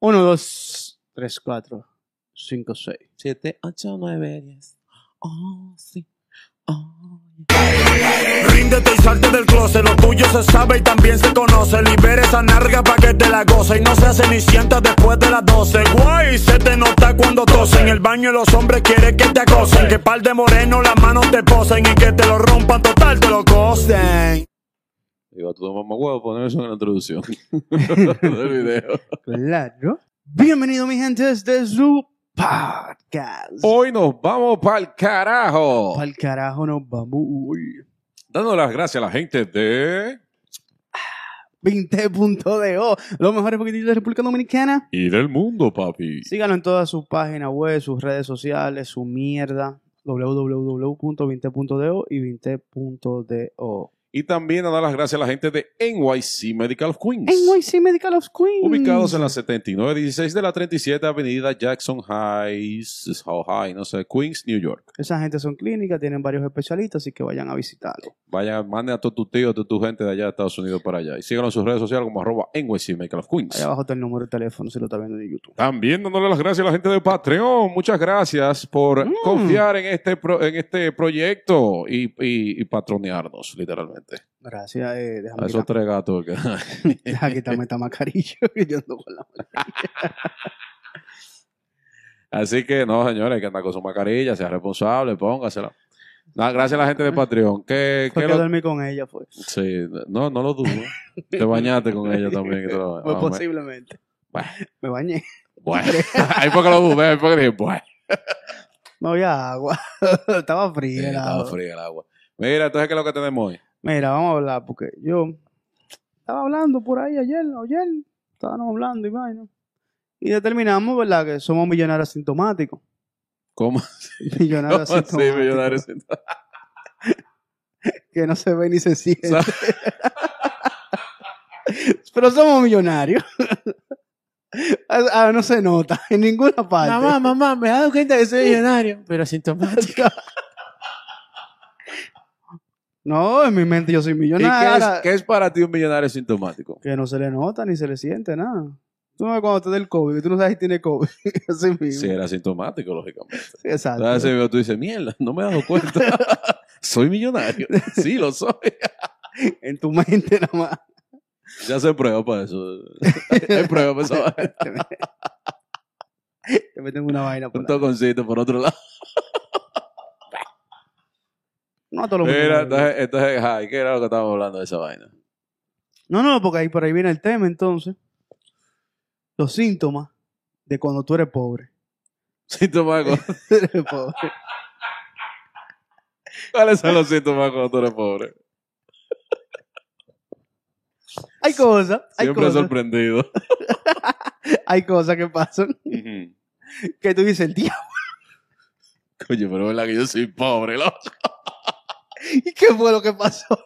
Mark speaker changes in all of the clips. Speaker 1: 1, 2, 3, 4, 5, 6.
Speaker 2: 7, 8, 9, 10. Oh, sí. Oh.
Speaker 3: Ríndete y salte del closet, lo tuyo se sabe y también se conoce. Libera esa narga pa' que te la goce y no se hace ni sienta después de las 12. Guay, se te nota cuando tosen. En el baño y los hombres quieren que te acosen. Que par de morenos las manos te posen y que te lo rompan total, te lo cosen.
Speaker 2: Digo, a tu mamá huevo, poner eso en la introducción del video.
Speaker 1: Claro. Bienvenido, mi gente, desde su podcast.
Speaker 2: Hoy nos vamos para el carajo.
Speaker 1: Al carajo nos vamos. Uy.
Speaker 2: Dando las gracias a la gente de...
Speaker 1: 20.do, los mejores poquititos de República Dominicana.
Speaker 2: Y del mundo, papi.
Speaker 1: Síganlo en todas sus páginas web, sus redes sociales, su mierda. www.20.do y 20.do.
Speaker 2: Y también a dar las gracias a la gente de NYC Medical Queens.
Speaker 1: NYC Medical of Queens.
Speaker 2: Ubicados en la 7916 de la 37 Avenida Jackson Heights, es how high, no sé, Queens, New York.
Speaker 1: Esa gente son clínicas, tienen varios especialistas, así que vayan a visitarlo.
Speaker 2: Vayan, manden a todo tu tío, a toda tu gente de allá de Estados Unidos para allá. Y síganos en sus redes sociales como arroba NYC Medical
Speaker 1: Ahí
Speaker 2: Queens.
Speaker 1: abajo está el número de teléfono si lo está viendo en YouTube.
Speaker 2: También dándole las gracias a la gente de Patreon. Muchas gracias por
Speaker 1: Mm.
Speaker 2: confiar en este, pro- en este proyecto y, y- y patronearnos, literalmente.
Speaker 1: Gracias, eh, déjame,
Speaker 2: A esos
Speaker 1: quitar-
Speaker 2: tres gatos que...
Speaker 1: déjame quitarme esta mascarilla que yo ando con la
Speaker 2: Así que no, señores, hay que andar con su mascarilla, sea responsable, póngasela. Nada, gracias a la gente de Patreon. Que,
Speaker 1: Fue
Speaker 2: que
Speaker 1: que
Speaker 2: lo-
Speaker 1: dormí con ella, fue.
Speaker 2: Sí, no, no lo dudo. Te bañaste con ella también. y te lo-
Speaker 1: Pues
Speaker 2: Ah, me-
Speaker 1: posiblemente.
Speaker 2: Bueno.
Speaker 1: Me bañé.
Speaker 2: Bueno, ahí fue que lo dudé, ahí fue que dije, bueno,
Speaker 1: No había agua. Estaba fría. el
Speaker 2: estaba
Speaker 1: agua.
Speaker 2: fría el agua. Mira, entonces, ¿qué es lo que tenemos hoy?
Speaker 1: Mira, vamos a hablar porque yo estaba hablando por ahí ayer, ayer. Estábamos hablando y vaina. Y determinamos, ¿verdad? Que somos millonarios asintomáticos.
Speaker 2: ¿Cómo?
Speaker 1: Millonarios
Speaker 2: ¿Cómo así,
Speaker 1: asintomáticos.
Speaker 2: millonarios?
Speaker 1: Que no se ve ni se siente.
Speaker 2: O sea,
Speaker 1: Pero somos millonarios. Ah, ah, no se nota en ninguna parte.
Speaker 4: mamá, me he dado cuenta que soy millonario, pero asintomático.
Speaker 1: No, en mi mente yo soy
Speaker 2: ¿Y qué es,
Speaker 1: millonario.
Speaker 2: qué es para ti un millonario sintomático?
Speaker 1: Que no se le nota ni se le siente nada. Tú no ves cuando te da el COVID, que tú no sabes si tiene COVID. Así mismo.
Speaker 2: Si era sintomático, lógicamente.
Speaker 1: Exacto.
Speaker 2: Entonces, ese video tú dices, mierda, no me he dado cuenta. soy millonario. Sí, lo soy.
Speaker 1: En tu mente nada más.
Speaker 2: Ya se prueba para eso. Hay prueba para eso.
Speaker 1: Te meten una vaina por ahí.
Speaker 2: Un toconcito por otro lado.
Speaker 1: No a todos los
Speaker 2: Mira,
Speaker 1: millonarios.
Speaker 2: entonces, entonces, ay, ¿qué era lo que estábamos hablando de esa vaina?
Speaker 1: No, no, porque ahí por ahí viene el tema entonces. Los síntomas de cuando tú eres pobre.
Speaker 2: Síntomas cuando-
Speaker 1: Eres pobre.
Speaker 2: ¿Cuáles son los síntomas cuando tú eres pobre?
Speaker 1: Hay cosas, hay
Speaker 2: Siempre
Speaker 1: cosas,
Speaker 2: sorprendido.
Speaker 1: hay cosas que pasan
Speaker 2: Ujú.
Speaker 1: que tú dices, el día,
Speaker 2: Coño, pero es verdad que yo soy pobre, loco.
Speaker 1: ¿y qué fue lo que pasó?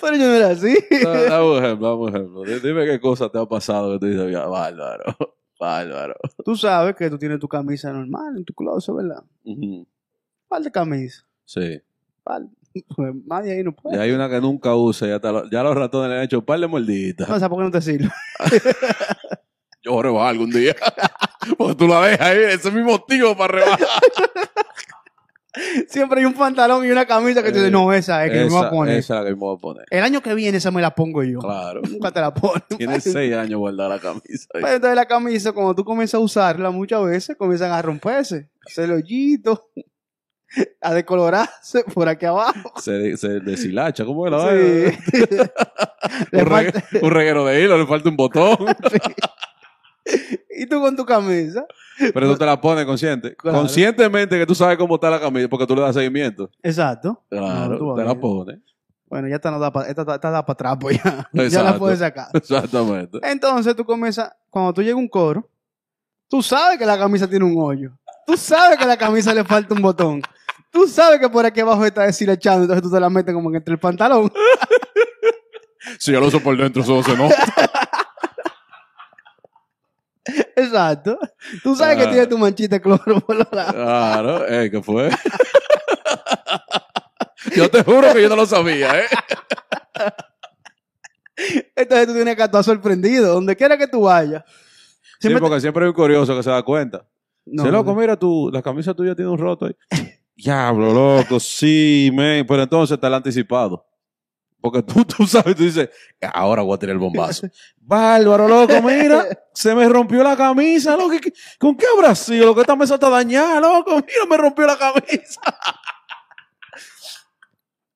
Speaker 1: Pero yo no era así.
Speaker 2: Da- Ah, Dame un ejemplo, dame un ejemplo. Di- Dime qué cosa te ha pasado que tú dices, "Ya, bárbaro, bárbaro.
Speaker 1: Tú sabes que tú tienes tu camisa normal en tu closet, ¿verdad?
Speaker 2: Ujú.
Speaker 1: Par de camisas.
Speaker 2: Sí.
Speaker 1: Par. Pues más de ahí no
Speaker 2: Y
Speaker 1: puede.
Speaker 2: hay una que nunca usa, ya, está- ya los ratones le han hecho un par de mordiditas.
Speaker 1: No, ¿sabes por qué no te sirve?
Speaker 2: Yo rebajo algún día. Porque tú la dejas ahí, ese es mi motivo para rebajar.
Speaker 1: Siempre hay un pantalón y una camisa que tú
Speaker 2: Eh,
Speaker 1: dices, no, esa es que yo me voy a
Speaker 2: Esa,
Speaker 1: poner.
Speaker 2: esa es la que me voy a poner.
Speaker 1: El año que viene esa me la pongo yo.
Speaker 2: Claro.
Speaker 1: Nunca te la pones.
Speaker 2: Tienes seis años guardada la camisa. ahí.
Speaker 1: Pero entonces la camisa, cuando tú comienzas a usarla muchas veces, comienzan a romperse. Hacer el hoyito, a decolorarse por aquí abajo.
Speaker 2: Se, se deshilacha, ¿cómo es la vaina?
Speaker 1: Sí. Le
Speaker 2: Un, reg-
Speaker 1: falta-
Speaker 2: un reguero de hilo, le falta un botón.
Speaker 1: y tú con tu camisa.
Speaker 2: Pero tú te la pones consciente.
Speaker 1: Claro.
Speaker 2: Conscientemente que tú sabes cómo está la camisa porque tú le das seguimiento.
Speaker 1: Exacto.
Speaker 2: Claro,
Speaker 1: No, tú
Speaker 2: te
Speaker 1: vas
Speaker 2: la
Speaker 1: bien.
Speaker 2: pones.
Speaker 1: Bueno, ya esta no da para esta, esta da pa' trapo ya. Ya la
Speaker 2: Exacto.
Speaker 1: puedes sacar.
Speaker 2: Exactamente.
Speaker 1: Entonces tú comienzas, cuando tú llegas a un coro, tú sabes que la camisa tiene un hoyo. Tú sabes que a la camisa le falta un botón. Tú sabes que por aquí abajo está deshilachando, entonces tú te la metes como que entre el pantalón.
Speaker 2: Si yo lo uso por dentro, eso se nota.
Speaker 1: Exacto. Tú sabes que
Speaker 2: Ah.
Speaker 1: tiene tu manchita de cloro por los lados.
Speaker 2: Claro, eh, ¿qué fue? yo te juro que yo no lo sabía, ¿eh?
Speaker 1: Entonces tú tienes que estar sorprendido. Donde quiera que tú vayas.
Speaker 2: Sí,
Speaker 1: Siempre
Speaker 2: porque siempre hay un curioso que se da cuenta.
Speaker 1: te- No,
Speaker 2: Dice, loco, mira, tú, la camisa tuya tiene un roto ahí. Diablo, loco, sí, men. Pero entonces está el anticipado. Porque tú, tú sabes, tú dices, ahora voy a tirar el bombazo. Bárbaro, loco, mira, se me rompió la camisa, loco. ¿qué- ¿Con qué habrá sido? Loco, esta mesa está dañada, loco. Mira, me rompió la camisa.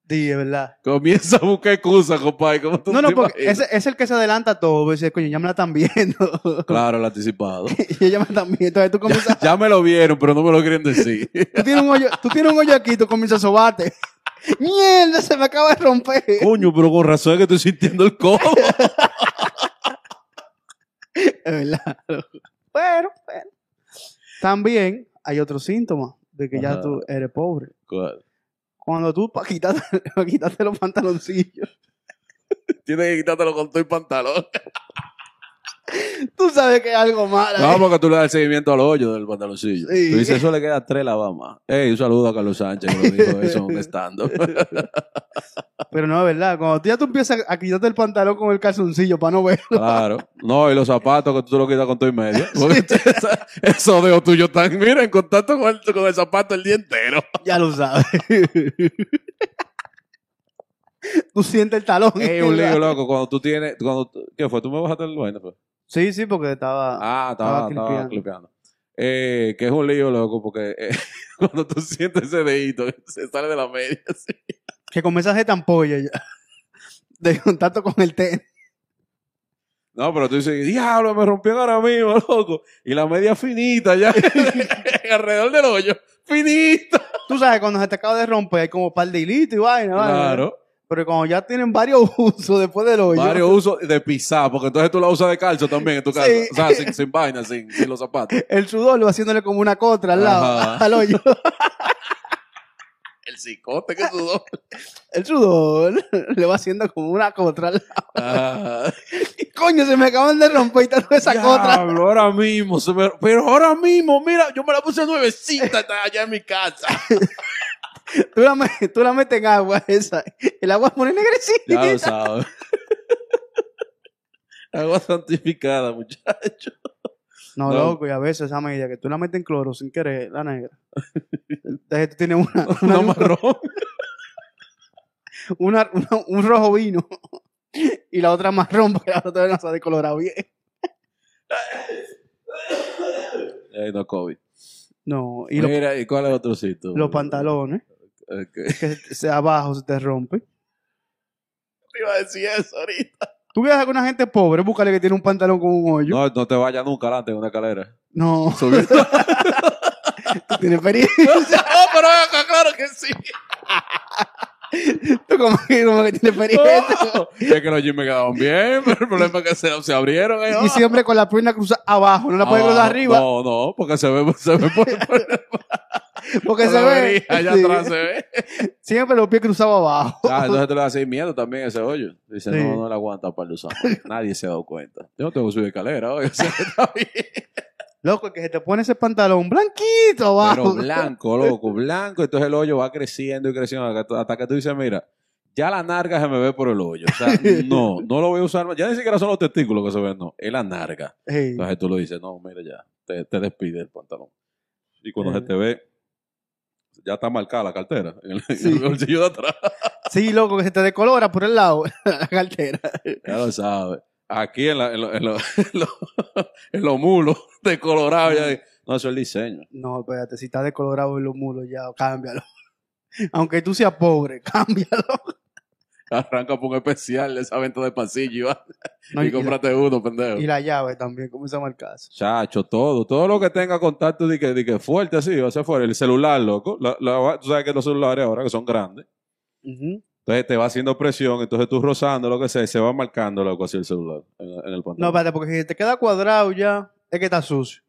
Speaker 1: Sí, es verdad.
Speaker 2: Comienza a buscar excusas, compadre. ¿cómo tú
Speaker 1: No, no,
Speaker 2: te
Speaker 1: porque
Speaker 2: imaginas?
Speaker 1: ese- es el que se adelanta a todo. Dice, coño, ya me la están viendo.
Speaker 2: Claro, el anticipado.
Speaker 1: y ella me la están viendo. Entonces tú comienzas.
Speaker 2: Ya me lo vieron, pero no me lo quieren decir.
Speaker 1: Tú tienes un hoyo, tú tienes un hoyo aquí, tú comienzas a sobarte. Uh. ¡Mierda! Se me acaba de romper.
Speaker 2: Coño, pero con razón es que estoy sintiendo el codo.
Speaker 1: Es verdad. Pero, pero. También hay otro síntoma de que
Speaker 2: Ajá.
Speaker 1: ya tú eres pobre.
Speaker 2: ¿Cuál?
Speaker 1: Cuando tú pa, quitaste, pa- quitaste los pantaloncillos,
Speaker 2: Tienes que quitártelo con todo el pantalón.
Speaker 1: tú sabes que es algo malo.
Speaker 2: No, porque tú le das el seguimiento al hoyo del pantaloncillo.
Speaker 1: Sí.
Speaker 2: Tú dices, eso le queda tres lavas más. Ey, un saludo a Carlos Sánchez que lo dijo eso en un stand-up.
Speaker 1: Pero no, es verdad. Cuando tú ya tú empiezas a quitarte el pantalón con el calzoncillo para no ver.
Speaker 2: claro. No, y los zapatos que tú te los quitas con todo y medio. Porque esa- esos dedos tuyos están, mira, en contacto con el, con el zapato el día entero.
Speaker 1: Ya lo sabes. tú sientes el talón.
Speaker 2: Ey, un lío, loco. Cuando tú tienes. Cuando, tú- ¿Qué fue? ¿Tú me bajaste el vaina? fue?
Speaker 1: Sí, sí, porque estaba.
Speaker 2: Ah,
Speaker 1: Estaba
Speaker 2: estaba, estaba
Speaker 1: clipeando.
Speaker 2: clipeando. Eh, que es un lío, loco, porque eh, cuando tú sientes ese dedito, se sale de la media. así.
Speaker 1: Que comienzas a hacer tan pollo ya. De contacto con el tenis.
Speaker 2: No, pero tú dices, diablo, me rompió ahora mismo, loco. Y la media finita ya, alrededor del hoyo, finita.
Speaker 1: Tú sabes, cuando se te acaba de romper, hay como par de hilitos y vaina, vaina.
Speaker 2: Claro,
Speaker 1: Pero cuando ya tienen varios usos después del hoyo.
Speaker 2: varios usos de pisar, porque entonces tú la usas de calcio también en tu casa.
Speaker 1: Sí.
Speaker 2: O sea, sin, sin vaina, sin, sin los zapatos.
Speaker 1: El sudor lo va haciéndole como una contra al lado,
Speaker 2: Ajá.
Speaker 1: al hoyo.
Speaker 2: El cicote que sudó.
Speaker 1: El sudor le va haciendo como una contra al lado.
Speaker 2: Ah.
Speaker 1: Y coño, se me acaban de romper y tanto esa contra.
Speaker 2: Diablo, ahora mismo, se me- pero ahora mismo, mira, yo me la puse nuevecita, está allá en mi casa.
Speaker 1: Tú la, me- tú la metes en agua esa. El agua pone
Speaker 2: Ya lo
Speaker 1: negrecita.
Speaker 2: sabes. Agua santificada, muchacho.
Speaker 1: No,
Speaker 2: No.
Speaker 1: loco, y a veces esa medida que tú la metes en cloro sin querer, la negra. Entonces tú tienes una,
Speaker 2: Una
Speaker 1: una,
Speaker 2: marrón.
Speaker 1: una- una- un rojo vino y la otra marrón, porque la otra no se ha decolorado bien.
Speaker 2: Ey, no, COVID.
Speaker 1: No, y los,
Speaker 2: Mira, ¿y cuál es otro sitio?
Speaker 1: los pantalones,
Speaker 2: Ok.
Speaker 1: que se, se- abajo se te rompen.
Speaker 2: Te iba a decir eso ahorita.
Speaker 1: Tú ves a alguna gente pobre, búscale que tiene un pantalón con un hoyo.
Speaker 2: No, no te vayas nunca adelante en una escalera.
Speaker 1: No, tú
Speaker 2: Subiendo.
Speaker 1: tienes experiencia.
Speaker 2: oh, pero acá, claro que sí.
Speaker 1: Tú como que, como que tienes experiencia.
Speaker 2: es que los jeans me quedaban bien, pero el problema es que se, se abrieron. ahí
Speaker 1: Y
Speaker 2: abajo.
Speaker 1: siempre con la pierna cruzada abajo, no la puedes
Speaker 2: Abajo.
Speaker 1: cruzar arriba,
Speaker 2: Ah, No, no, porque se ve, se ve por, por-
Speaker 1: porque se
Speaker 2: por la
Speaker 1: ve.
Speaker 2: avería, Allá
Speaker 1: Sí.
Speaker 2: atrás eh. se ve.
Speaker 1: Siempre los pies cruzados abajo.
Speaker 2: Ah, entonces te le haces miedo también a ese hoyo. Dice,
Speaker 1: Sí.
Speaker 2: no, no le aguanta para los Nadie se ha dado cuenta. Yo no tengo que subir escalera, oye. o sea, está bien.
Speaker 1: Loco, que se te pone ese pantalón blanquito
Speaker 2: Pero
Speaker 1: abajo.
Speaker 2: blanco, loco, blanco. Entonces el hoyo va creciendo y creciendo hasta que- hasta que tú dices, mira, ya la narga se me ve por el hoyo. O sea, no, no lo voy a usar más. Ya ni siquiera son los testículos que se ven, no. Es la narga.
Speaker 1: Ey,
Speaker 2: Entonces tú lo dices, no, mira ya, te, te despide el pantalón. Y cuando
Speaker 1: Sí.
Speaker 2: se te ve, ya está marcada la cartera en el, en
Speaker 1: Sí.
Speaker 2: el bolsillo de atrás.
Speaker 1: Sí, loco, que se te decolora por el lado la cartera.
Speaker 2: Ya lo sabes. Aquí en, la- en lo- en lo- en lo- en los mulos de Colorado. ya de- no, eso es el diseño.
Speaker 1: No, espérate, si está decolorado en los mulos ya, cámbialo. Aunque tú seas pobre, cámbialo.
Speaker 2: Arranca por un especial de esa venta de pasillo y, va,
Speaker 1: No,
Speaker 2: y,
Speaker 1: y la-
Speaker 2: cómprate uno, pendejo.
Speaker 1: Y la llave también, como llama el caso.
Speaker 2: Chacho, todo, todo lo que tenga contacto de que, de que fuerte así, va a ser fuerte. El celular, loco. La- la- tú sabes que los celulares ahora que son grandes. Entonces te va haciendo presión, entonces tú rozando, lo que sea, y se va marcando loco así el celular en, en el
Speaker 1: No,
Speaker 2: pantalón.
Speaker 1: espérate, porque si te queda cuadrado ya, es que está sucio.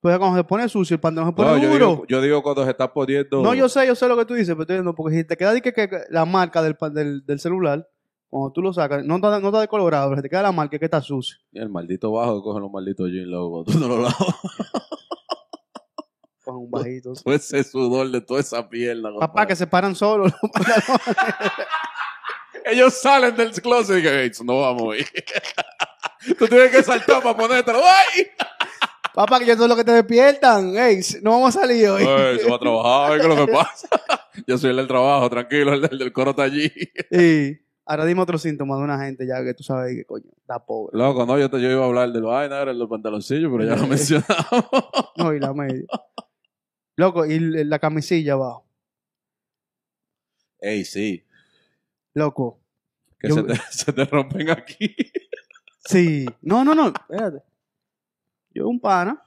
Speaker 1: Pues cuando se pone sucio, el pantalón se
Speaker 2: No,
Speaker 1: pone
Speaker 2: yo,
Speaker 1: duro.
Speaker 2: digo, yo digo cuando se está poniendo.
Speaker 1: No, yo sé, yo sé lo que tú dices, pero estoy diciendo, porque si te queda di que, que- que la marca del, pa- del, del celular, cuando tú lo sacas, no está, no está decolorado, pero si te queda la marca es que está sucio.
Speaker 2: El maldito bajo coge los malditos jeans, loco. Tú no lo lavas.
Speaker 1: Con un bajito.
Speaker 2: todo ese sudor de toda esa pierna.
Speaker 1: Papá, que se paran solos los pantalones.
Speaker 2: Ellos salen del closet y dicen, "Ey, no vamos ahí. Tú tienes que saltar para ponértelo. ¡Ay!
Speaker 1: Papá, que yo soy lo que te despiertan. Ey, no vamos a salir hoy.
Speaker 2: Ey, se va a trabajar, ¿qué es lo que pasa? Yo soy el del trabajo, tranquilo, el del, del coro está allí.
Speaker 1: Y ahora dime otro síntoma de una gente ya que tú sabes que coño, está pobre.
Speaker 2: Loco, no, yo, te, yo iba a hablar del vaina, era el del pantaloncillo, pero ya lo mencionamos.
Speaker 1: No, y la media. Loco, y l- la camisilla abajo.
Speaker 2: Ey, sí,
Speaker 1: Loco.
Speaker 2: que
Speaker 1: Yo-
Speaker 2: se te, se te rompen aquí.
Speaker 1: Sí. No, no, no. Espérate. Yo un pana.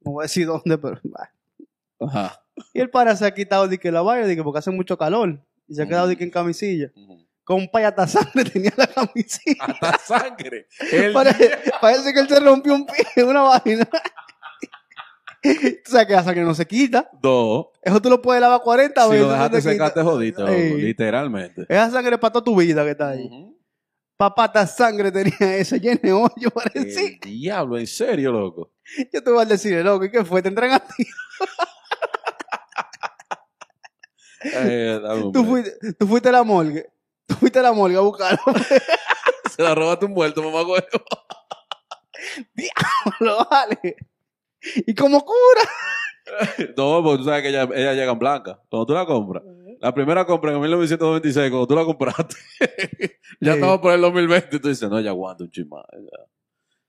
Speaker 1: No voy a decir dónde, pero. bah.
Speaker 2: Ajá.
Speaker 1: Y el pana se ha quitado de que la valla, de que porque hace mucho calor. Y se ha quedado
Speaker 2: Mm.
Speaker 1: de que en camisilla. Con payatazán le tenía la camisilla.
Speaker 2: Hasta sangre. El
Speaker 1: Parece, parece que él se rompió un pie, una vaina. o sea, que la sangre no se quita.
Speaker 2: dos.
Speaker 1: Eso tú lo puedes lavar 40
Speaker 2: Si
Speaker 1: veces.
Speaker 2: lo
Speaker 1: no
Speaker 2: dejaste
Speaker 1: te quita.
Speaker 2: secar, te jodiste, loco,
Speaker 1: Ey.
Speaker 2: literalmente.
Speaker 1: Esa sangre para toda tu vida que está ahí.
Speaker 2: Ujú.
Speaker 1: Papata sangre tenía eso, llena de hoyo,
Speaker 2: El
Speaker 1: parece.
Speaker 2: diablo, en serio, loco.
Speaker 1: Yo te voy a decir, loco, ¿y qué fue? Te entregan a ti.
Speaker 2: Eh, dame un
Speaker 1: Tú
Speaker 2: break.
Speaker 1: fuiste, tú fuiste a la morgue. Tú fuiste a la morgue a buscarlo.
Speaker 2: Se la robaste un muerto, mamá huevo.
Speaker 1: Lo vale. ¿Y cómo cura?
Speaker 2: No, porque tú sabes que ellas ella llegan blancas. Cuando tú la compras, la primera compra en 1996, cuando tú la compraste, ya
Speaker 1: Sí.
Speaker 2: estaba por el 2020, y tú dices, no, ya aguanta un chimá.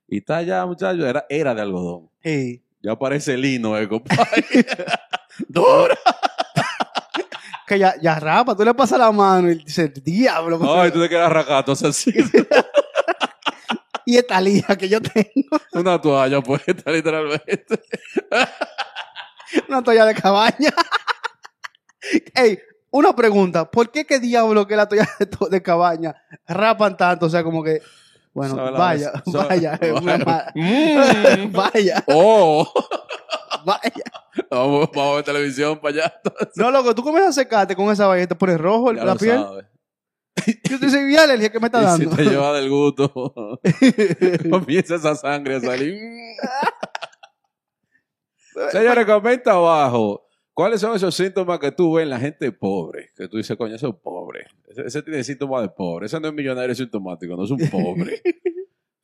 Speaker 2: Y está ya, muchachos, era, era de algodón.
Speaker 1: Ey,
Speaker 2: Ya parece lino, eh, compadre. Dura.
Speaker 1: que ya, ya rapa, tú le pasas la mano y dices, diablo.
Speaker 2: Ay, tú te quedas racato, o sea, sí.
Speaker 1: Y esta lija que yo tengo,
Speaker 2: Una toalla puesta, literalmente.
Speaker 1: una toalla de cabaña. Ey, una pregunta, ¿por qué qué diablo que la toalla de, to- de cabaña rapan tanto? O sea, como que, bueno,
Speaker 2: Sabe la
Speaker 1: vaya,
Speaker 2: vez- sabe-
Speaker 1: vaya, es una
Speaker 2: Bueno.
Speaker 1: mala-
Speaker 2: Mm.
Speaker 1: vaya,
Speaker 2: Oh,
Speaker 1: vaya.
Speaker 2: vamos, vamos a ver televisión para allá.
Speaker 1: No, loco, tú comienzas a secarte con esa valla, te pones rojo
Speaker 2: Ya
Speaker 1: la
Speaker 2: lo
Speaker 1: piel.
Speaker 2: sabes.
Speaker 1: Yo te dice, "Y alergia que me está
Speaker 2: Y
Speaker 1: dando.
Speaker 2: si te lleva del gusto, comienza esa sangre a salir. Señores, comenta abajo. ¿Cuáles son esos síntomas que tú ves en la gente pobre? Que tú dices, coño, eso es pobre. Ese, ese tiene síntomas de pobre. Ese no es millonario sintomático, no es un pobre.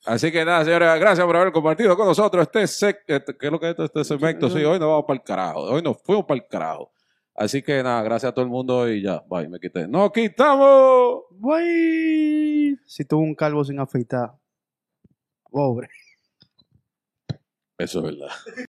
Speaker 2: Así que nada, señores, gracias por haber compartido con nosotros este, sec- este- ¿qué es lo que es esto? este segmento. Sí, hoy nos vamos para el carajo. Hoy nos fuimos para el carajo. Así que nada, gracias a todo el mundo y ya, bye, me quité. ¡Nos quitamos!
Speaker 1: Guay. Si tuvo un calvo sin afeitar. Pobre.
Speaker 2: Eso es verdad.